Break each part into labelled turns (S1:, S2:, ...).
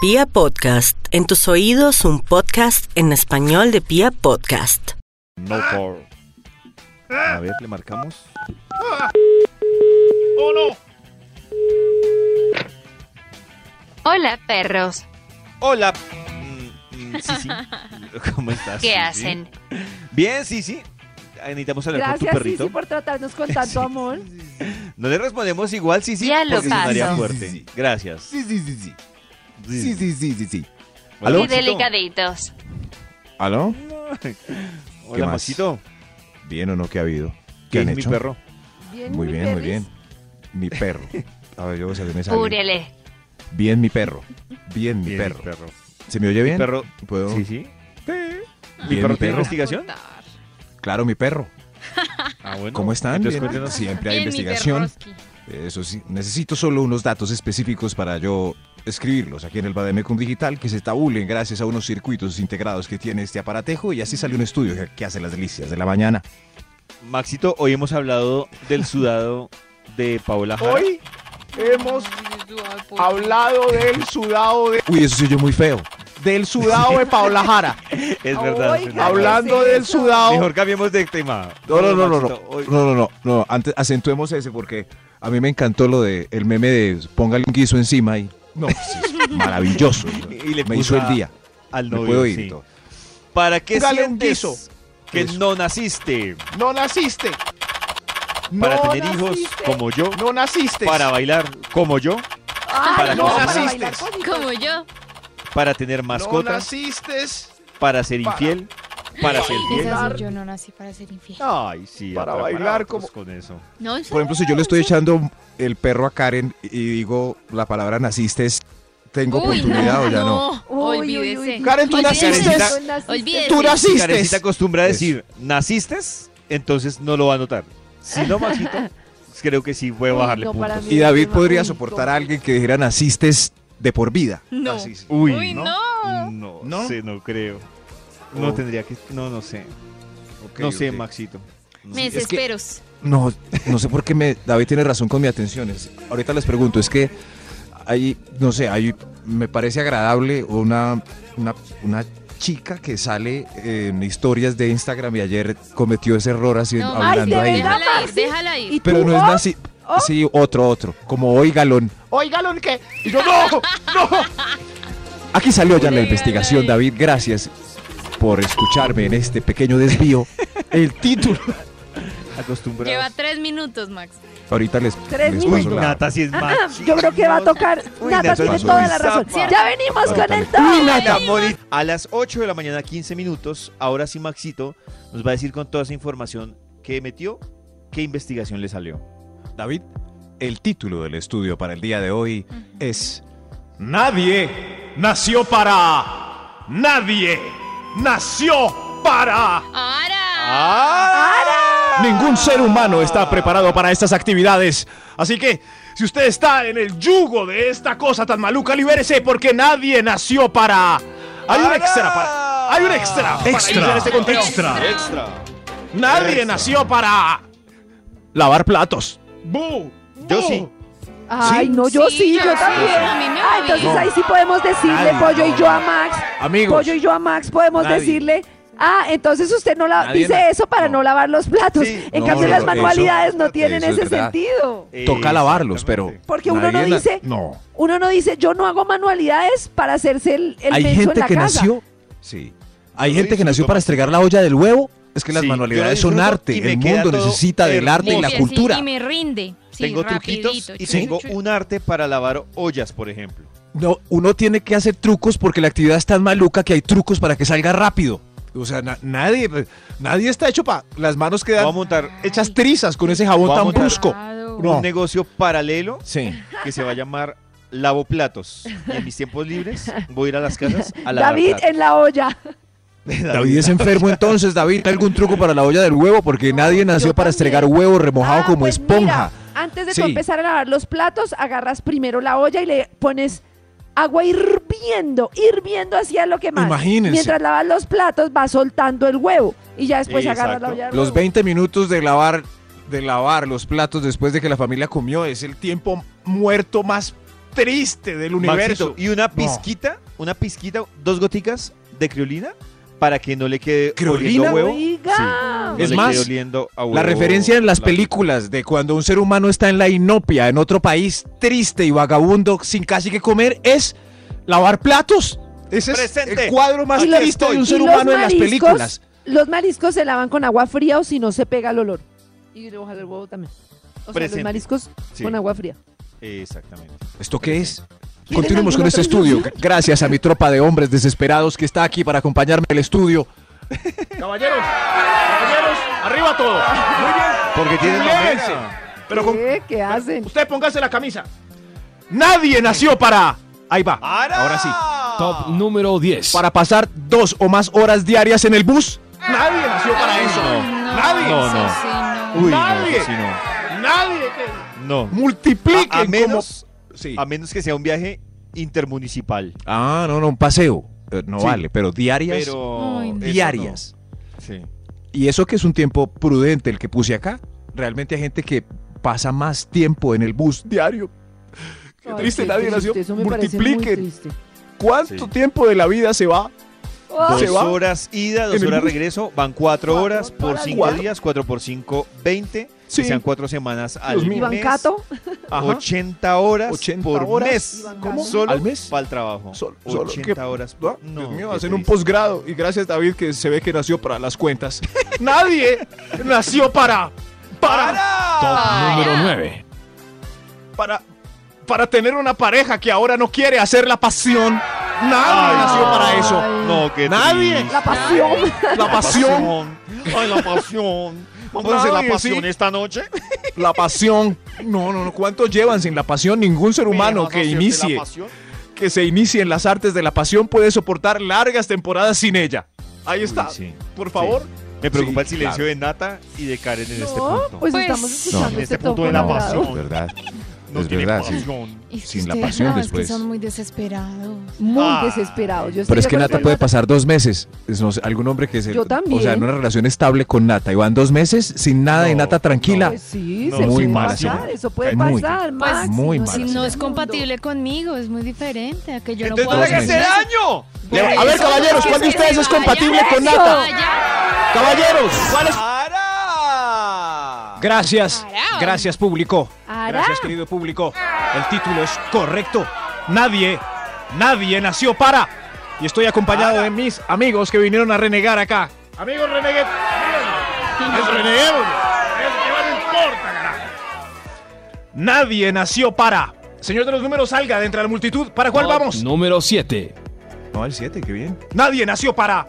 S1: Pia Podcast, en tus oídos un podcast en español de Pia Podcast.
S2: No call. A ver, le marcamos.
S3: ¡Oh, no!
S4: Hola perros,
S2: Hola. Mm, mm, sí, sí. ¿Cómo estás?
S4: ¿qué
S2: Sisi?
S4: hacen?
S2: Bien, sí, sí. Necesitamos hablar con tu
S5: Gracias,
S2: perrito.
S5: Sisi, por tratarnos con tanto amor.
S2: No le respondemos igual, sí, sí,
S4: Ya lo
S2: porque sonaría
S4: paso.
S2: fuerte.
S6: Sí, sí, sí.
S2: Gracias.
S6: Sí, sí, sí, sí.
S2: Sí,
S6: Sí, sí, sí, sí, sí.
S2: Hola,
S4: Muy
S2: Maxito.
S4: delicaditos.
S6: ¿Aló?
S2: Hola,
S6: más?
S2: Maxito.
S6: ¿Bien o no? ¿Qué ha habido?
S2: ¿Qué
S6: ¿Qué han
S2: es mi
S6: hecho?
S2: perro?
S5: Bien,
S6: Muy bien, muy
S5: perris.
S6: bien. Mi perro. A ver, yo voy a salir, me sale.
S4: Púrele.
S6: Bien, mi perro. Bien, mi
S2: Bien,
S6: perro.
S2: mi perro.
S6: ¿Se me oye bien?
S2: perro-
S6: ¿Puedo?
S2: Sí, sí. ¿Mi
S6: Bien,
S2: perro
S6: mi
S2: tiene
S6: perro.
S2: investigación?
S6: Claro, mi perro.
S2: Ah, bueno.
S6: ¿Cómo están?
S2: Entonces,
S6: Bien.
S2: cuéntenos.
S6: Siempre hay investigación. Eso sí, necesito solo unos datos específicos para yo escribirlos aquí en el Bademecum Digital que se tabulen gracias a unos circuitos integrados que tiene este aparatejo y así sale un estudio que- que hace las delicias de la mañana.
S2: Maxito, hoy hemos hablado del sudado de Paola Jara.
S7: Hoy hemos hablado del sudado de,
S6: Uy, eso se oyó muy feo.
S7: del sudado de Paola Jara.
S2: Es verdad.
S5: Oiga,
S2: es verdad.
S7: Hablando del sudado.
S2: Mejor cambiemos de tema.
S6: No, no, no, no, no,
S2: Maxito, hoy-
S6: no, no, no, no, antes acentuemos ese porque a mí me encantó lo de el meme de póngale un guiso encima y no, sí, es maravilloso.
S2: Y le
S6: me
S2: puso
S6: hizo
S2: a-
S6: el día.
S2: Al
S6: me
S2: novio,
S6: puedo ir.
S2: sí.
S6: todo.
S2: ¿Para qué
S7: Póngale un
S2: sientes
S7: guiso.
S2: que
S6: Eso.
S2: no naciste?
S7: No naciste.
S2: Para
S7: No
S2: tener hijos
S5: naciste.
S2: como yo,
S7: No naciste.
S2: para bailar como yo,
S5: Ay,
S2: Para
S5: no,
S2: que
S5: para
S7: asistes.
S5: bailar bonito.
S4: Como yo.
S2: para tener
S7: No
S2: mascotas,
S7: naciste.
S2: para ser
S7: Para-
S2: infiel, para ser fiel.
S7: bailar.
S8: yo no nací para ser infiel.
S2: Ay, sí,
S7: Para
S2: atraparados
S7: bailar como-
S2: con eso.
S8: No, en
S6: Por ejemplo, si yo le estoy echando el perro a Karen y digo la palabra naciste, es- ¿tengo oportunidad o ya no?
S5: Uy, uy, uy,
S8: Olvídese.
S5: uy.
S7: Karen, tú
S8: Olvídese.
S7: naciste.
S2: Karencita.
S8: Olvídese.
S7: Tú
S2: Karencita
S7: naciste.
S2: acostumbra a
S6: Eso.
S2: decir, ¿naciste? Entonces no lo va a notar. Si no, Maxito, creo que sí fue
S5: Uy,
S2: bajarle
S5: no, para
S2: puntos.
S5: mí
S6: Y David
S5: tema
S6: podría
S5: muy
S6: soportar a alguien que dijera naciste de por vida.
S2: Ah,
S8: No.
S6: Así, Ah, sí.
S2: Uy,
S8: Uy,
S2: ¿no? No,
S6: ¿No?
S2: sé, no creo. No
S6: Oh.
S2: tendría que... No, no sé.
S6: Ok,
S2: no
S6: ok.
S2: sé, Maxito. No
S8: Me
S2: sé.
S6: es que-
S8: desesperos.
S6: No, no sé por qué me, David tiene razón con mi atención. es- ahorita les pregunto, es que hay, no sé, hay, me parece agradable una, una, una chica que sale en historias de Instagram y ayer cometió ese error así
S8: No,
S5: ay,
S6: hablando
S5: ¿de
S6: ahí.
S5: verdad?
S8: Déjala ir,
S5: Maxi.
S8: déjala
S5: ¿Y
S8: ir.
S5: tú,
S6: Pero no es
S5: oh?
S6: así. Sí, otro, otro. Como hoy galón.
S7: Oigan, que. Y yo, no, no.
S6: Aquí salió ya la
S8: Hola,
S6: investigación, David.
S8: David.
S6: Gracias por escucharme en este pequeño desvío. El título.
S2: Acostumbrado.
S8: Lleva tres minutos, Max.
S6: Ahorita les,
S5: Tres
S6: les
S2: Uy,
S6: paso
S5: minutos.
S6: la-
S2: Nata, sí es
S5: Ah, ah,
S2: Maxi.
S5: yo creo que va a tocar.
S2: Uy,
S5: Nata
S2: Nata,
S5: tiene
S6: Nata,
S5: toda
S2: Nata,
S5: la razón.
S2: Nata.
S5: Ya venimos con el top.
S2: A las 8 de la mañana, 15 minutos, ahora sí Maxito nos va a decir con toda esa información que metió, qué investigación le salió.
S6: David, el título del estudio para el día de hoy es Nadie nació para... Nadie nació para... Ah,
S8: ¡Ahora!
S2: ¡Ara!
S6: Ningún ser humano está preparado para estas actividades.
S7: Así que, si usted está en el yugo de esta cosa tan maluca, libérese porque nadie nació para. Hay un extra para. Hay un extra. para
S6: Extra,
S7: iniciar este conteo.
S8: extra.
S2: ¡Extra!
S7: Nadie
S2: Extra.
S7: nació para lavar platos. ¡Bu!
S2: Yo
S7: bu.
S2: sí.
S5: Ay, no, yo sí,
S8: Sí,
S5: yo
S8: yo sí,
S5: también.
S8: a mí me
S5: Ah,
S8: va
S5: entonces
S8: bien.
S5: ahí sí podemos decirle,
S6: Nadie.
S5: Pollo y yo a Max.
S6: Amigos.
S5: Pollo y yo a Max podemos
S6: Nadie.
S5: decirle. Ah, entonces usted no la
S6: Nadie na-
S5: dice eso para no,
S6: no.
S5: lavar los platos.
S2: Sí.
S5: en
S6: No,
S5: cambio,
S6: no,
S5: las
S6: no,
S5: manualidades
S2: eso-
S5: no tienen
S6: eso es
S5: ese
S6: verdad.
S5: sentido.
S6: Toca lavarlos, pero...
S2: Eh, Exactamente.
S5: Porque uno no
S6: nadie na-
S5: dice-
S6: No.
S5: Uno no dice, yo no hago manualidades para hacerse el, el
S6: Hay
S5: menso en
S6: gente
S5: la
S6: que
S5: casa.
S6: nació... Sí. Hay
S2: Yo
S6: gente que
S2: disfruto
S6: nació para
S2: más.
S6: estregar la olla del huevo. Es que las
S2: Sí, yo lo
S6: manualidades son
S2: disfruto
S6: arte.
S2: y me
S6: El
S2: queda
S6: mundo
S2: todo
S6: necesita del arte y la
S8: Sí, sí,
S6: cultura.
S8: Y me rinde. Sí,
S2: tengo
S8: rapidito,
S2: truquitos y
S8: chu,
S2: tengo
S8: chu.
S2: un arte para lavar ollas, por ejemplo.
S6: No, uno tiene que hacer trucos porque la actividad es tan maluca que hay trucos para que salga rápido. O sea, na- nadie, nadie está hecho para... Las manos quedan
S2: Vamos a montar
S5: Ah.
S6: hechas trizas con ese jabón
S2: Voy a
S6: tan
S2: montar-
S6: brusco.
S8: Claro.
S6: No.
S2: un negocio paralelo
S6: Sí.
S2: que se va a llamar Lavo Platos. Y en mis tiempos libres voy a ir a las casas a lavar
S5: David
S2: platos.
S5: en la olla.
S6: David es enfermo entonces, David. ¿Algún truco para la olla del huevo? Porque
S5: No,
S6: nadie nació
S5: yo
S6: para
S5: también.
S6: estregar huevo remojado
S5: Ah,
S6: como
S5: pues
S6: esponja.
S5: mira, antes de
S6: Sí.
S5: empezar a lavar los platos, agarras primero la olla y le pones agua hirviendo, hirviendo hacia lo que más.
S6: Imagínense.
S5: Mientras lavas los platos, vas soltando el huevo y ya después agarras la
S2: Exacto.
S5: olla. del
S6: Los
S5: huevo.
S6: 20 minutos de lavar, de lavar los platos después de que la familia comió es el tiempo muerto más
S7: triste del universo.
S2: Maxito, y una
S7: No.
S2: pizquita, una pizquita, dos goticas de creolina para que no le quede
S6: ¿Creolina?
S2: oliendo a huevo.
S5: Oiga.
S2: No
S6: Es
S2: le
S6: más,
S2: quede oliendo a
S6: La
S2: huevo
S6: referencia en las
S2: la-
S6: películas de cuando un ser humano está en la inopia, en otro país triste y vagabundo, sin casi que comer, es lavar platos. Ese es
S2: Presente.
S6: el cuadro más
S5: Y los-
S6: triste de un
S5: y
S6: ser
S5: los
S6: humano en las
S5: mariscos,
S6: películas.
S5: Los mariscos se lavan con agua fría o si no se pega el olor. Y ojalá el huevo también. O sea,
S2: Presente.
S5: los mariscos
S2: Sí,
S5: con agua fría.
S2: Exactamente.
S6: ¿Esto qué es?
S5: ¿Quieren
S6: Continuemos con
S5: alguna
S6: este
S5: otra
S6: estudio.
S5: solución?
S6: Gracias a mi tropa de hombres desesperados que está aquí para acompañarme en el estudio.
S7: Caballeros, caballeros, arriba todo. Muy bien.
S2: Porque tiene
S7: Llévense. Pero con,
S5: ¿Qué? ¿Qué hacen?
S7: usted póngase la camisa. Nadie nació para. Ahí va.
S2: Ah.
S7: Ahora sí.
S3: Top número 10.
S6: Para pasar dos o más horas diarias en el bus.
S7: Nadie nació para eso.
S8: No,
S7: Nadie.
S2: No, no.
S8: sí, sí, no.
S2: Uy,
S7: Nadie.
S2: no, sí, no.
S7: Nadie. que-
S2: No.
S6: Multipliquen
S2: A, a menos,
S6: como- Sí.
S2: a menos que sea un viaje intermunicipal.
S6: Ah, no, no, un paseo. Eh, No
S2: Sí.
S6: vale, pero diarias.
S2: Pero
S8: Ay, no.
S2: eso
S6: diarias.
S2: no. Sí.
S6: Y eso que es un tiempo prudente el que puse acá. Realmente hay gente que pasa más tiempo en el bus diario. Qué
S5: Ay,
S6: triste,
S5: qué
S6: nadie
S5: triste,
S6: nació.
S5: Eso me parece muy
S6: Multipliquen.
S5: triste.
S6: ¿Cuánto
S2: Sí.
S6: tiempo de la vida se va?
S2: Dos
S5: Ah,
S6: Se va.
S2: horas ida,
S6: En
S2: dos
S6: el
S2: horas
S6: bus.
S2: regreso. Van cuatro
S5: Cuatro
S2: horas por
S5: horas.
S2: cinco
S5: Cuatro.
S2: días, cuatro por cinco, veinte.
S6: Sí.
S2: Que sean cuatro semanas al
S6: Dios mío.
S5: ¿Y
S2: mes.
S5: bancato?
S6: Ajá.
S2: 80 horas
S6: 80
S2: por
S6: horas.
S2: mes.
S5: ¿Cómo?
S2: Solo
S6: ¿Al mes?
S2: para el trabajo.
S6: Sol- solo
S2: 80
S6: que-
S2: horas.
S6: Ah,
S2: No,
S6: Dios mío,
S2: qué
S6: hacen un
S2: triste.
S6: posgrado. Y gracias, David, que se ve que nació para las cuentas.
S7: Nadie nació para. Para.
S3: Top
S4: Para.
S3: número 9.
S7: Para. Para tener una pareja que ahora no quiere hacer la pasión.
S5: Ah,
S7: Nadie nació para eso.
S5: Ay,
S2: No, que
S7: Nadie.
S5: La pasión.
S7: La pasión.
S2: Ay, la pasión. Vamos a
S7: Nadie,
S2: hacer la pasión
S7: sí.
S2: esta noche.
S6: La pasión. No, no, no. ¿Cuánto llevan sin la pasión? Ningún ser humano
S2: Vamos a
S6: que
S2: hacerte la
S6: inicie,
S2: pasión.
S6: que se inicie en las artes de la pasión puede soportar largas temporadas sin ella.
S7: Ahí está.
S2: Uy, sí.
S7: Por favor.
S2: Me preocupa el
S6: Sí,
S2: silencio
S6: claro.
S2: de Nata y de Karen en este
S5: No,
S2: punto.
S5: pues,
S8: Pues,
S5: estamos escuchando
S2: en este
S5: este top
S2: punto de la
S5: moderado.
S2: pasión.
S6: verdad.
S2: no
S6: es
S2: tiene
S6: verdad, sí.
S2: pasión.
S8: Es que
S6: Sin la
S8: ustedes,
S6: pasión
S8: no,
S6: después.
S8: Es que son muy desesperados.
S5: Muy
S2: Ah.
S5: desesperado. Yo estoy
S6: Pero es
S5: de
S6: que
S5: acuerdo
S6: Nata
S5: con
S6: puede
S5: Nata.
S6: pasar dos meses. Es, no sé, algún hombre que se.
S5: Yo también.
S6: O sea, en una relación estable con Nata. Y van dos meses sin nada y
S2: No,
S6: Nata tranquila.
S5: Pues sí,
S2: No,
S5: se
S6: muy
S5: puede
S6: mala
S5: pasar.
S6: señal.
S5: Eso puede
S6: Muy-
S5: pasar. Max.
S6: muy
S8: no,
S6: mala
S8: Si no
S6: señal.
S8: es compatible conmigo, es muy diferente. A que yo
S2: Entonces
S8: no puedo
S2: no le hagas
S8: hacer
S6: hacer
S8: eso.
S2: daño.
S8: Por
S6: A
S8: eso,
S6: ver, caballeros,
S8: que
S6: ¿cuál de
S8: se
S6: ustedes es
S8: vaya,
S6: compatible con
S8: eso,
S6: Nata?
S8: vaya.
S6: Caballeros, ¿cuál es?
S2: ¡Para!
S6: Gracias.
S8: Arao.
S6: Gracias, público.
S5: Arao.
S6: Gracias, querido público. El título es correcto.
S7: Nadie, nadie nació para.
S6: Y estoy acompañado de mis amigos que vinieron a renegar acá.
S7: Amigos renegues, es reneguemos. Es que no importa, carajo. Nadie nació para. Señor de los números, salga de entre la multitud. ¿Para cuál
S3: Top
S7: vamos?
S3: Número 7.
S6: No, el 7, qué bien.
S7: Nadie nació para.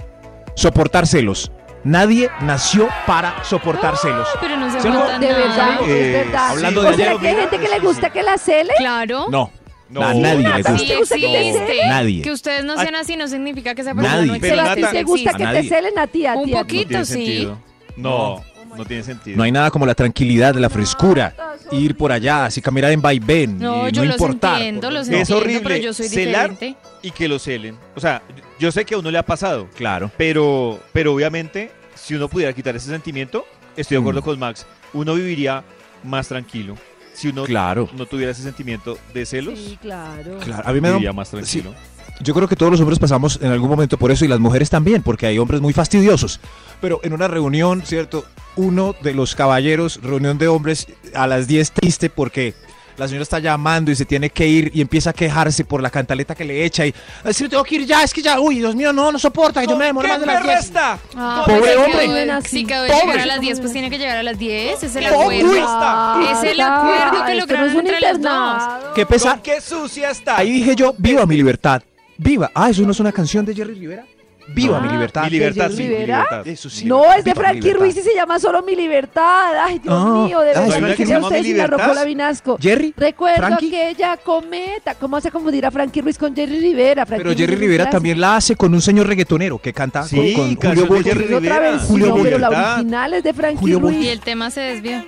S6: Soportar celos. Nadie nació para soportar celos.
S8: Pero no se
S6: ¿Cierto?
S8: aguanta
S5: De verdad,
S8: nada.
S2: Eh,
S5: es verdad.
S6: hablando
S5: o
S6: de
S5: sea,
S6: ayer,
S5: que hay gente que le gusta que la cele.
S8: Claro.
S6: No,
S2: No.
S6: a nadie le
S5: Nata,
S6: gusta.
S5: ¿sí te gusta que te
S8: existe.
S5: celen?
S6: Nadie.
S8: Que ustedes no
S2: Ah.
S8: sean así no significa que esa persona
S6: Nadie.
S8: no
S2: Pero
S8: existe.
S2: Nata-
S8: sí
S5: ¿Te gusta
S6: A
S5: que te
S6: nadie.
S5: celen a ti, a
S8: Un
S5: ti, a ti?
S8: poquito, sí.
S2: No, no tiene sentido.
S6: No hay nada como la tranquilidad, la frescura, ir por allá, así caminar en vaivén,
S8: No,
S6: y
S8: yo
S6: no
S8: los
S6: importar.
S8: entiendo, los
S2: Es
S8: entiendo,
S2: horrible
S8: pero yo soy
S2: celar.
S8: diferente.
S2: y que lo celen. O sea, yo sé que a uno le ha pasado,
S6: Claro.
S2: pero, pero obviamente, si uno pudiera quitar ese sentimiento, estoy de acuerdo
S6: Mm.
S2: con Max, uno viviría más tranquilo. Si uno
S6: Claro.
S2: no tuviera ese sentimiento de celos,
S5: Sí, claro.
S6: Claro, a mí me da un-
S2: viviría más tranquilo.
S6: Yo creo que todos los hombres pasamos en algún momento por eso y las mujeres también, porque hay hombres muy fastidiosos. Pero en una reunión, ¿cierto? Uno de los caballeros, reunión de hombres, a las 10 triste porque la señora está llamando y se tiene que ir y empieza a quejarse por la cantaleta que le echa y es que me tengo que ir ya, es que ya, uy, Dios mío, no, no soporta, que yo me demoro más de las 10.
S8: Ah,
S6: Pobre
S8: pero si
S6: hombre.
S8: acabó de- Si acabó de
S6: Pobre.
S8: llegar a las 10, pues tiene que llegar a las 10. Es el
S6: Pobre.
S8: acuerdo.
S5: Ah,
S8: Es el
S5: Nata,
S8: acuerdo que
S5: esto
S8: lograron
S5: no es un
S8: entre los
S5: internado.
S6: Qué pesar.
S2: qué sucia está?
S6: Ahí dije yo, viva mi libertad, viva. Ah, eso no es una canción de Jerry Rivera. Viva
S5: Ah,
S6: mi libertad.
S2: Mi libertad,
S5: ¿De
S2: sí, mi
S5: Jerry Rivera?
S2: libertad.
S6: Eso sí.
S5: No, es de
S6: Viva mi
S5: Frankie
S6: libertad.
S5: Ruiz y se llama solo Mi Libertad. Ay, Dios
S6: Ah,
S5: mío, de
S6: ay,
S5: verdad.
S2: ¿hay una
S5: que
S2: que se
S5: sea
S2: llama
S5: usted
S2: Mi
S5: sin la
S2: Libertad?
S5: rocola Vinasco.
S6: Jerry,
S5: Recuerdo
S6: Frankie.
S5: aquella cometa. ¿Cómo vas a confundir a Frankie Ruiz con Jerry Rivera? Frankie
S6: Pero
S5: Ruiz
S6: Jerry
S5: es un
S6: Rivera
S5: clásico.
S6: también la hace con un señor reggaetonero que canta
S2: Sí,
S6: con, con Julio
S2: canción de
S6: Volti.
S2: Jerry
S5: No, otra
S2: Rivera.
S5: vez, sí,
S6: Julio
S5: no, pero la
S2: Libertad.
S5: original es de Frankie
S6: Julio
S5: Ruiz.
S8: Y el tema se desvió.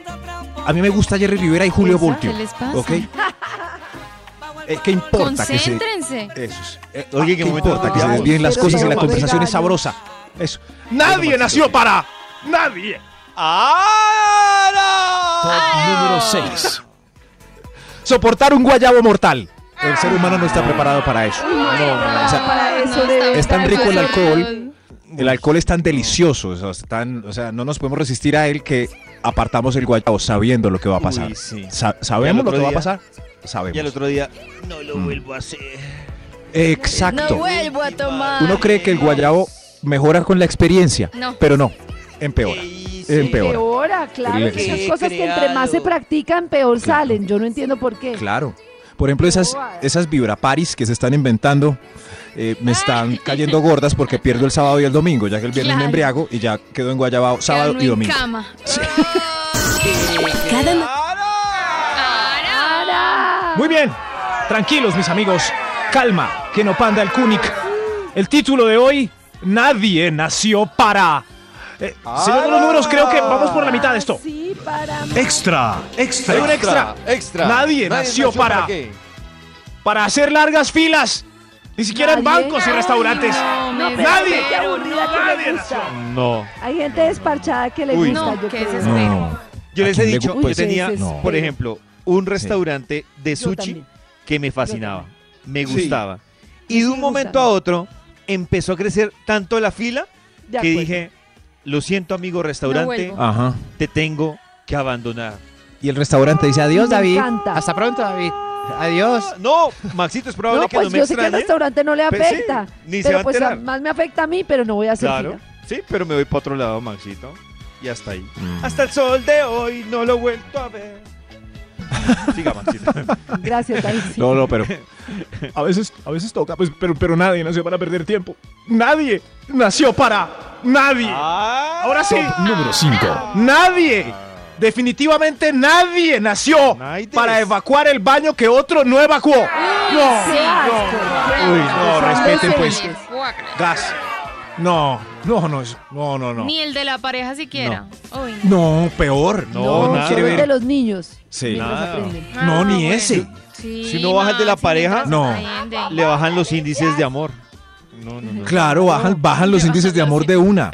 S6: A mí me gusta Jerry Rivera y Julio
S8: Esa,
S6: Voltio.
S8: ¿qué les pasa?
S6: ¿Ok? Eh, ¿Qué importa que se...
S8: Concéntrense.
S6: Eso es. Eh,
S2: Oye,
S6: ¿qué,
S2: qué momento
S6: importa
S2: tan
S6: que se
S2: grave.
S6: desvíen las
S5: Pero
S6: cosas y
S5: son
S6: la
S5: unos
S6: conversación es
S5: regaños.
S6: sabrosa? Eso.
S7: Nadie nació para. Nadie.
S3: Top número 6.
S6: Soportar un Ah. guayabo mortal. El ser humano no está preparado para eso.
S8: Ah, No,
S6: o sea,
S5: para eso de-
S8: estamos
S6: es tan
S8: para
S6: rico el
S8: eso,
S6: alcohol. El alcohol es tan delicioso, o sea, es tan- o sea, no nos podemos resistir a él que apartamos el guayabo sabiendo lo que va a pasar.
S2: Uy, sí.
S6: Sa-
S2: Y
S6: ¿Sabemos
S2: al
S6: lo que
S2: otro
S6: va a
S2: día-
S6: pasar?
S2: Y al
S6: Sabemos.
S2: otro día, no lo
S6: Mm.
S2: vuelvo a hacer.
S8: No
S6: Exacto.
S8: vuelvo a tomar.
S6: Uno cree que el guayabo mejora con la experiencia,
S8: No.
S6: pero no, empeora. Empeora.
S5: Peora, ah, claro.
S6: Sí.
S5: que Esas cosas que entre más se practican, peor salen. Yo no entiendo por qué.
S6: Claro. Por ejemplo, esas,
S5: Bobadas.
S6: esas vibraparis que se están inventando eh, me están cayendo gordas porque pierdo el sábado y el domingo, ya que el viernes me
S8: Claro.
S6: embriago y ya quedo en guayabao sábado
S8: Queda uno
S6: y domingo.
S8: En cama.
S1: Cada ma-
S7: Muy bien, tranquilos mis amigos, calma, que no panda el Kunik. El título de hoy, Nadie nació para... Eh, señor de los números, creo que vamos por la mitad de esto.
S5: Sí, para
S7: Extra, extra. Hay un extra.
S9: Extra.
S7: Nadie nació para-
S9: qué?
S7: Para hacer largas filas. Ni siquiera en
S5: Nadie.
S7: bancos y restaurantes.
S8: No,
S5: No,
S8: me
S5: pero hay
S7: Nadie.
S5: gente aburrida que
S7: Nadie
S5: le gusta.
S2: No.
S5: Hay gente desparchada que le
S2: Uy,
S5: gusta.
S8: no,
S5: yo
S8: que
S5: creo.
S6: Ah,
S8: ese es- este.
S6: No.
S2: Yo
S6: ¿A
S2: les he
S6: quién le
S2: dicho,
S6: gu-
S2: yo
S6: pues,
S2: tenía,
S5: sí, sí, sí.
S2: por ejemplo, un
S6: Sí.
S2: restaurante de
S5: Yo
S2: sushi
S5: también.
S2: que me fascinaba, me
S9: Sí.
S2: gustaba. Y de
S5: Sí,
S2: un
S5: me
S2: momento
S5: gusta.
S2: a otro empezó a crecer tanto la fila
S5: De
S2: que
S5: acuerdo.
S2: dije, lo siento amigo restaurante,
S8: vuelvo.
S6: Ajá.
S2: te tengo que abandonar.
S6: Y el restaurante dice adiós,
S5: Me
S6: David.
S5: encanta.
S10: Hasta pronto, David. Adiós.
S2: No, Maxito, es probable
S5: No,
S2: que
S5: pues
S2: no me
S5: yo sé que el
S2: extrañe.
S5: restaurante no le
S2: Pues sí,
S5: afecta.
S2: ni se va
S5: pero
S2: a
S5: pues
S2: enterar.
S5: más me afecta a mí, pero no voy a hacer
S2: Claro.
S5: fila.
S2: Sí, pero me voy para otro lado, Maxito. Y hasta ahí. Hasta el sol de hoy no lo he vuelto a ver. Siga, Maxito.
S5: Gracias, David.
S6: No, no, pero
S7: A veces, a veces toca, pues, pero, pero nadie nació para perder tiempo. Nadie nació para nadie.
S2: Ah.
S7: Ahora sí,
S3: Número 5.
S7: nadie, definitivamente nadie nació
S2: Nadie.
S7: para evacuar el baño que otro no evacuó. No,
S5: ¡Qué asco!
S7: uy, no,
S6: Este,
S5: Son
S7: respeten pues.
S5: decentes.
S7: Gas. No, no, no, eso- no, no, no.
S8: Ni el de la pareja siquiera. Uy, no.
S6: no, peor.
S2: No,
S5: No,
S2: nada.
S5: son de los niños.
S6: Sí.
S5: mientras
S2: Nada.
S5: aprenden.
S6: No, ni ese.
S8: Sí,
S2: Si no baja el de la
S8: Maxi,
S2: pareja,
S8: mientras
S6: no.
S8: aprende.
S2: Le bajan los índices de amor. No, no, no.
S6: Claro, bajan, bajan los índices de amor de una.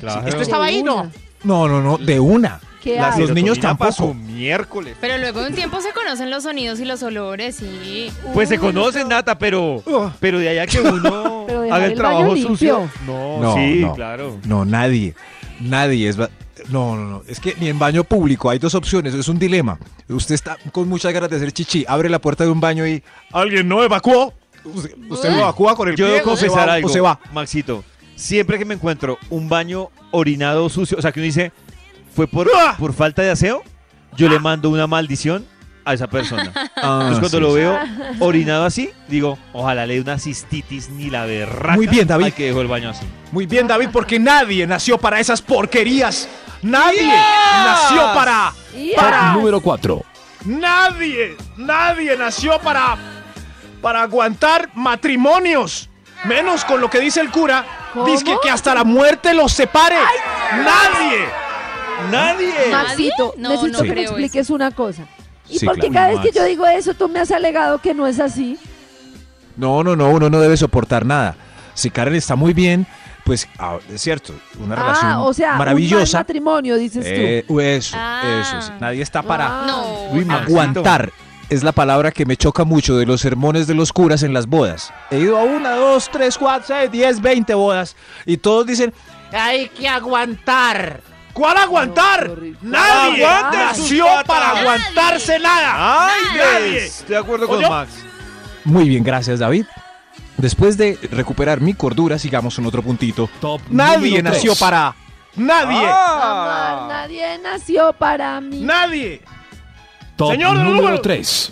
S2: Claro.
S10: Esto estaba ahí, ¿no?
S6: No, no, no, de una.
S5: ¿Qué
S2: La
S5: asco.
S6: Los niños
S2: serotonina
S6: tampoco.
S2: pasó miércoles.
S8: Pero luego de un tiempo se conocen los sonidos y los olores, sí.
S2: Pues se conocen, Nata, pero, pero de allá que uno
S5: Pero dejar
S2: haga el,
S5: el baño
S2: trabajo
S5: limpio.
S2: sucio. No,
S6: No,
S2: sí,
S6: no.
S2: claro.
S6: No, nadie. Nadie es. va- No, no, no. Es que ni en baño público hay dos opciones. Es un dilema. Usted está con muchas ganas de hacer chichi. Abre la puerta de un baño y.
S7: ¿Alguien no evacuó?
S6: Usted, usted lo evacúa con el
S2: Yo
S6: pie.
S2: debo
S6: o se
S2: confesar
S6: va-
S2: algo,
S6: O se va.
S2: Maxito. Siempre que me encuentro un baño orinado sucio, o sea, que uno dice, fue por,
S7: ¡Ah!
S2: por falta de aseo, yo
S6: Ah.
S2: le mando una maldición a esa persona. Entonces, cuando lo veo
S6: Ah.
S2: orinado así, digo, ojalá le dé una cistitis ni la berraca
S6: Muy bien, David.
S2: al que dejó el baño así.
S7: Muy bien, David, porque nadie nació para esas porquerías. Nadie nació para
S5: Para.
S3: Número 4.
S7: Nadie, nadie nació para para aguantar matrimonios, menos con lo que dice el cura,
S5: ¿Cómo?
S7: dice que hasta la muerte los separe. Nadie.
S2: ¡Nadie!
S5: Maxito,
S8: ¿Nadie? No,
S5: necesito
S8: no
S5: que me
S8: creo
S5: expliques una cosa. Y
S6: Sí,
S5: porque
S6: claro.
S5: cada vez que
S6: Max.
S5: yo digo eso, tú me has alegado que no es así.
S6: No, no, no. Uno no debe soportar nada. Si Karen está muy bien, pues ah, es cierto. Una relación
S5: ah, o sea, un mal
S6: maravillosa.
S5: matrimonio, dices
S6: Eh, eso,
S8: Ah.
S6: eso. sí. Nadie está para
S5: Ah.
S8: No.
S2: Uy, Maxito.
S6: aguantar. Es la palabra que me choca mucho de los sermones de los curas en las bodas. He ido a una, dos, tres, cuatro, seis, diez, veinte bodas. Y todos dicen,
S10: Hay que aguarrar.
S7: ¿Cuál aguantar? Nadie
S5: Aguante
S7: nació
S2: sus patas.
S7: para
S8: Nadie.
S7: aguantarse nada.
S2: ¡Ay,
S7: Nadie.
S2: Estoy de acuerdo con
S7: ¿Oyó?
S2: Max.
S6: Muy bien, gracias David. Después de recuperar mi cordura, sigamos en otro puntito.
S3: Top
S7: Nadie
S3: número
S7: nació
S3: tres.
S7: para nadie.
S5: tú. Amar, nadie nació para mí.
S7: Nadie.
S3: Top
S7: Señor,
S3: número
S7: número-
S3: 3.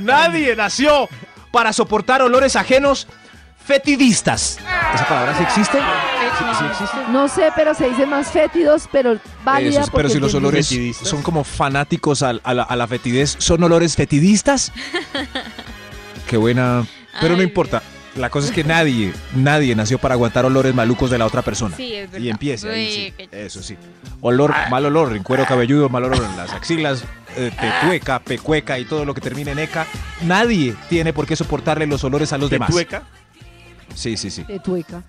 S7: Nadie nació para soportar olores ajenos fetidistas.
S6: ¿Esa palabra sí existe?
S5: No sé, pero se dice más fétidos, pero válida
S6: Eh, Eso,
S5: porque
S6: pero si los
S5: tiene-
S6: olores
S2: Fetidistas.
S6: son como fanáticos al- a, la, a la fetidez, ¿son olores fetidistas? Qué buena... Pero no
S8: Ay,
S6: importa. La cosa es que nadie, nadie nació para aguantar olores malucos de la otra persona.
S8: Sí, es verdad.
S6: y empiece ahí, sí.
S8: Uy, qué-
S6: Eso sí. Olor, mal olor, en cuero cabelludo, mal olor en las axilas, eh, tetueca, pecueca y todo lo que termine en eca. Nadie tiene por qué soportarle los olores a los demás.
S2: Tetueca.
S6: Sí, sí, sí.
S5: de tueca.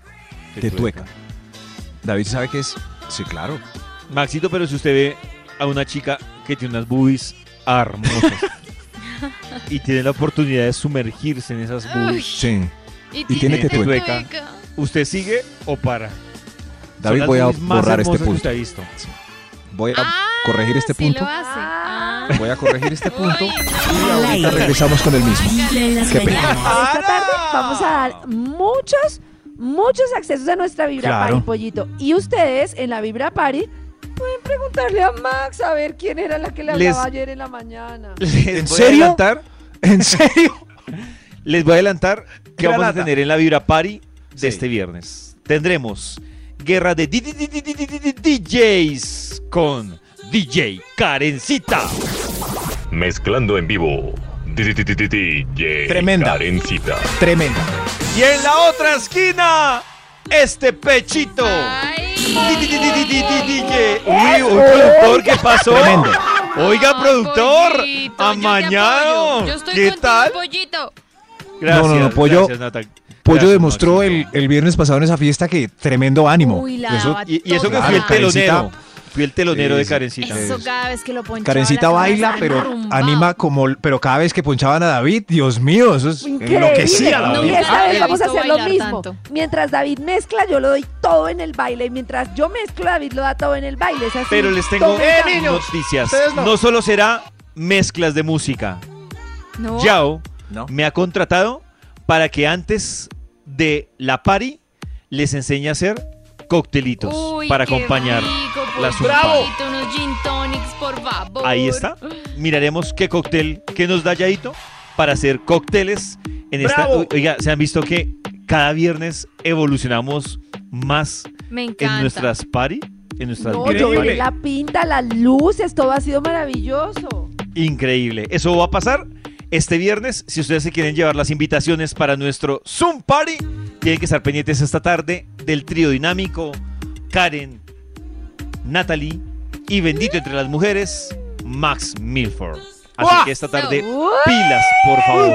S6: Tetueca. David sabe qué es. Sí, claro.
S2: Maxito, pero si usted ve a una chica que tiene unas boobies hermosas y tiene la oportunidad de sumergirse en esas
S8: Uy,
S2: movies.
S6: Sí.
S8: y,
S6: tiene
S2: tetueca.
S8: tetueca.
S2: ¿Usted sigue o para? Son
S6: David,
S2: las
S6: voy a
S2: movies más
S6: borrar este
S2: hermosas que
S6: punto.
S2: usted ha visto.
S6: Voy a
S8: Ah,
S6: corregir este
S8: sí
S6: punto.
S8: lo hace. Ah.
S6: Voy a corregir este punto.
S8: Uy,
S6: Y
S8: no.
S1: Al
S6: ahorita
S1: aire.
S6: regresamos con el mismo.
S1: Vibra en las
S6: Qué pena.
S1: mañanas.
S5: Esta tarde vamos a dar muchos, muchos accesos a nuestra Vibra
S7: Claro.
S5: Party, pollito. Y ustedes en la Vibra Party pueden preguntarle a Max a ver quién era la que le hablaba
S2: Les-
S5: ayer en la mañana.
S2: ¿En
S7: serio?
S2: Adelantar,
S7: ¿En serio?
S2: les voy a adelantar que
S7: Era
S2: vamos a
S7: lata.
S2: tener en la Vibra Party de
S6: Sí.
S2: este viernes. Tendremos guerra de di- di- di- di- di- di- di- DJs con DJ Karencita.
S9: Mezclando en vivo. DJ
S7: Tremenda.
S9: Karencita.
S7: Tremenda.
S2: Y en la otra esquina, este pechito. Di- di- di- di- di- di- di- DJ. Uy, uy, productor, ¿qué pasó?
S7: Tremendo.
S2: Oiga,
S8: Ay,
S2: productor,
S8: pollito, yo te
S2: amañado.
S8: apoyo. Yo estoy
S2: ¿Qué
S8: contigo,
S2: tal?
S8: pollito.
S2: Gracias,
S6: No, no, no, Pollo-
S2: gracias, Nata.
S6: Pollo
S2: Gracias,
S6: demostró el,
S2: Maxito.
S6: el viernes pasado en esa fiesta que tremendo ánimo.
S8: Uy, la
S6: Eso-
S2: Y, y eso que
S6: Claro,
S2: fui el
S6: Karencita.
S2: telonero. Fui el telonero
S6: Sí,
S2: de
S6: sí.
S2: Karencita.
S8: Eso cada vez que lo ponchaba.
S6: Karencita
S8: la
S6: baila,
S8: cabeza
S6: pero
S8: arrumbaba.
S6: anima como, pero cada vez que ponchaban a David, Dios mío, eso es
S5: Increíble.
S6: enloquecía a
S8: Nunca
S5: Y
S6: David.
S5: esta
S8: había
S5: vez vamos a
S8: visto
S5: hacer lo
S8: bailar
S5: mismo.
S8: tanto.
S5: Mientras David mezcla, yo lo doy todo en el baile. Y mientras yo mezclo, David lo da todo en el baile. Es así,
S2: Pero les tengo
S5: todo el
S2: ¡Eh,
S5: campo.
S2: niños! noticias.
S6: Ustedes
S2: No.
S6: no.
S2: solo será mezclas de música.
S8: No.
S2: Yao
S6: No.
S2: me ha contratado para que antes de la party les enseñe a hacer coctelitos
S8: Uy,
S2: para
S8: qué
S2: acompañar.
S8: rico,
S2: la
S8: pollito,
S2: zumpa.
S8: Unos gin tonics, por favor.
S2: Ahí está. Miraremos qué cóctel que nos da Yaito para hacer cócteles en esta.
S7: ¡Bravo!
S2: Oiga, se han visto que cada viernes evolucionamos más
S8: Me encanta.
S2: en nuestras party, en nuestras
S5: No,
S2: vibra
S5: yo
S2: party.
S5: veré la pinta, las luces, todo ha sido maravilloso.
S2: Increíble. Eso va a pasar este viernes. Si ustedes se quieren llevar las invitaciones para nuestro Zoom Party, tienen que estar pendientes esta tarde del trío dinámico Karen, Natalie y bendito entre las mujeres Max Milford. Así que esta tarde pilas, por favor.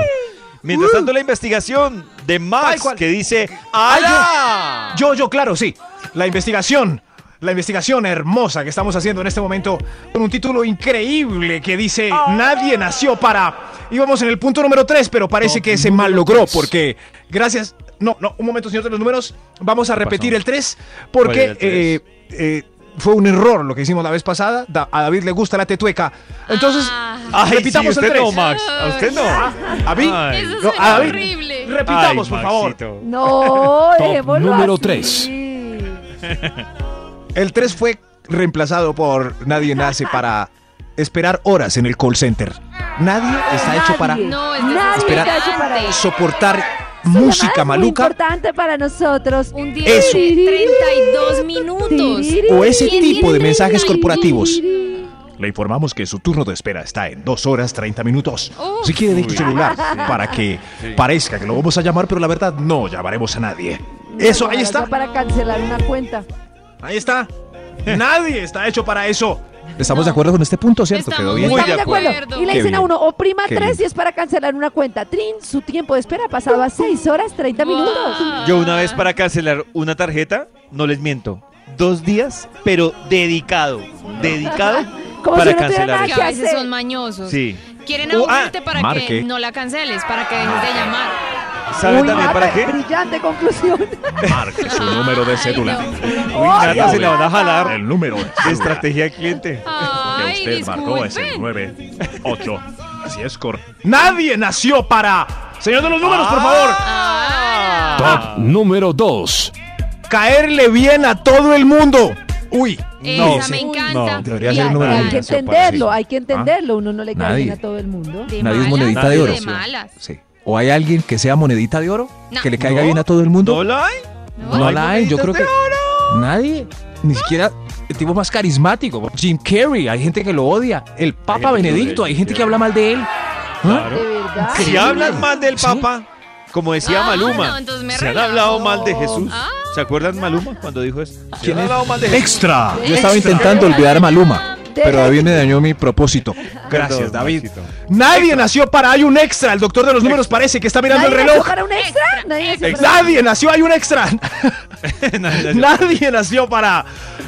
S2: Mientras tanto la investigación de
S7: Ay,
S2: Max
S7: ¿cuál?
S2: que dice
S7: Ay, yo-
S2: ¡Ala!
S7: Yo, yo, claro, sí. La investigación. La investigación hermosa que estamos haciendo en este momento con un título increíble que dice Nadie nació para... Íbamos en el punto número 3, pero parece que se malogró porque... Gracias... No, no, un momento, señor de los números. Vamos a repetir
S2: pasó?
S7: el 3
S2: ¿Cuál era
S7: porque
S2: el tres?
S7: eh, eh, fue un error lo que hicimos la vez pasada. Da- a David le gusta la tetueca. Entonces,
S8: Ah.
S2: Ay,
S7: repitamos
S2: sí,
S7: el
S2: usted
S7: 3.
S2: no, Max. A usted no.
S7: ¿A mí?
S2: Ay.
S8: Eso
S7: No,
S5: ah.
S8: suena
S7: a ver.
S8: horrible.
S7: Repitamos,
S2: Ay,
S7: por favor.
S2: Maxito.
S5: No,
S3: Top
S5: dejémoslo
S3: número
S5: así.
S3: tres.
S7: El 3 fue reemplazado por Nadie nace para esperar horas en el call center. Nadie está hecho para
S5: Nadie.
S8: No, es
S5: Nadie
S8: desesperante.
S5: está hecho para eso.
S7: soportar
S5: Esta llamada
S7: música
S5: es muy
S7: maluca
S5: importante para nosotros.
S8: Un día de 32 minutos.
S7: o ese tipo de mensajes corporativos. Le informamos que su turno de espera está en 2 horas 30 minutos.
S8: Uf.
S7: Si quiere deje su celular para que parezca que lo vamos a llamar, pero la verdad no llamaremos a nadie. Eso, ahí está.
S5: Para cancelar una cuenta.
S7: Ahí está. Nadie está hecho para eso.
S6: Estamos de acuerdo con este punto, ¿cierto?
S8: Estamos
S6: Quedó bien.
S8: muy
S2: Muy
S5: ¿Estamos de acuerdo? Y le
S6: Qué
S5: dicen a
S6: bien.
S5: uno, oprima
S6: Qué
S5: tres
S6: bien.
S5: y es para cancelar una cuenta. Trin, su tiempo de espera ha pasado a 6 horas 30 minutos.
S2: Yo una vez para cancelar una tarjeta, no les miento, dos días, pero dedicado, dedicado
S5: Como
S2: para
S5: si no tuviera
S2: cancelar.
S5: nada
S8: Que
S5: ¿Qué
S8: a veces
S5: hacer?
S8: son mañosos.
S2: Sí.
S8: Quieren
S2: Uh, ah,
S8: aburrirte para
S7: marque.
S8: que no la canceles, para que dejes de llamar.
S2: ¿Saben
S5: Uy,
S2: también
S5: Mafe,
S2: para qué?
S5: Brillante conclusión.
S7: Marque su número de celular.
S8: Ay, no.
S2: Uy, Nata se la van a jalar
S7: El número de
S2: de
S7: celular.
S2: estrategia de cliente.
S8: Ah. Ay, disculpen.
S7: 988. Así es, cor. Nadie nació para. Señor de los números, por favor.
S3: Top número 2.
S7: Caerle bien a todo el mundo. Uy.
S8: Esa me
S7: sí.
S8: encanta.
S7: No,
S6: debería
S5: Y
S6: ser
S5: hay,
S6: el número
S5: hay
S6: uno.
S5: que
S2: Eso
S5: entenderlo,
S2: parece.
S5: hay que entenderlo. Uno no le cae
S6: Nadie.
S5: bien a todo el mundo.
S6: Nadie
S8: De
S6: es
S8: malas,
S6: monedita de
S2: nadie
S6: oro.
S8: De malas.
S6: Sí. O hay alguien que sea monedita de oro,
S8: No.
S6: que le caiga
S2: No.
S6: bien a todo el
S2: ¿No
S6: mundo.
S2: la hay?
S8: No,
S6: No
S2: hay
S6: la hay, yo
S2: moneditas
S6: creo
S2: de
S6: que nadie, ni siquiera el tipo más carismático, Jim Carrey, hay gente que lo odia, el Papa
S2: gente que lo
S6: Benedicto,
S2: odia,
S6: hay gente que
S2: sí.
S6: habla mal de él. ¿Ah?
S5: De verdad.
S2: Si hablan mal del
S6: Sí.
S2: Papa, como decía
S8: Ah,
S2: Maluma,
S8: no, entonces me
S2: se han
S8: relajo.
S2: hablado mal de Jesús.
S8: Ah.
S2: ¿Se acuerdan Maluma cuando dijo eso? Se
S6: ¿Quién
S2: han
S6: es?
S2: hablado mal de Jesús.
S7: Extra.
S6: Yo estaba intentando olvidar a Maluma, pero David me dañó mi propósito. Gracias,
S2: Perdón,
S6: David.
S2: Maxito.
S7: Nadie nació para. Hay un extra. El doctor de los números parece que está mirando el
S5: ¿Nadie nació
S7: reloj.
S5: para un extra? Nadie nació para un
S7: Nadie nació, hay un extra.
S2: Nadie-
S7: Nadie nació para,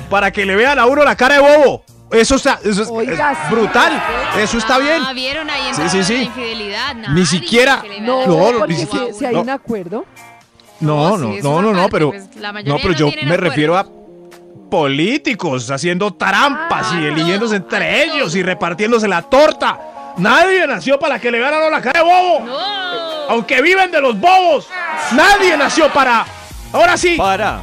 S7: para que le vean a uno la cara de bobo. Eso está, eso es
S5: Oiga,
S7: es
S5: sí.
S7: brutal. Eso está bien.
S8: Ah, vieron ahí
S7: Sí,
S8: entramos
S7: sí,
S8: en
S7: sí.
S8: la infidelidad.
S7: Ni siquiera-
S5: No,
S7: No,
S5: porque
S7: ni
S5: si,
S7: siquiera-
S5: si hay
S7: no.
S5: un acuerdo.
S7: No, no,
S8: sí, es
S7: no,
S8: una
S7: no, no,
S8: parte,
S7: pero
S8: pues, la mayoría
S7: no, pero
S8: no
S7: yo
S8: tienen
S7: me
S8: acuerdo.
S7: refiero a políticos haciendo trampas
S5: Ah,
S7: y
S5: no,
S7: eligiéndose
S8: ah,
S7: entre
S8: no.
S7: ellos y repartiéndose la torta. Nadie nació para que le vean a la cara de bobo.
S8: No.
S7: Aunque viven de los bobos. Nadie nació para. Ahora sí.
S2: Para.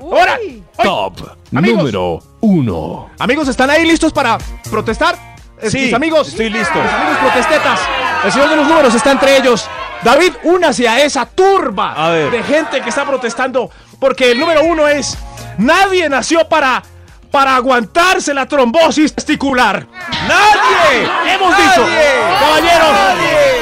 S7: Ahora.
S5: Uy.
S7: Ay,
S3: Top
S7: amigos.
S3: número 1.
S7: Amigos, ¿están ahí listos para protestar? Eh,
S2: Sí,
S7: mis amigos.
S2: estoy listo.
S7: Mis amigos protestetas. El señor de los números está entre ellos. David, únase a esa turba
S2: A ver.
S7: de gente que está protestando. Porque el número uno es. Nadie nació para. Para aguantarse la trombosis testicular.
S2: ¡Nadie!
S7: Hemos
S2: ¡Nadie!
S7: dicho, caballeros,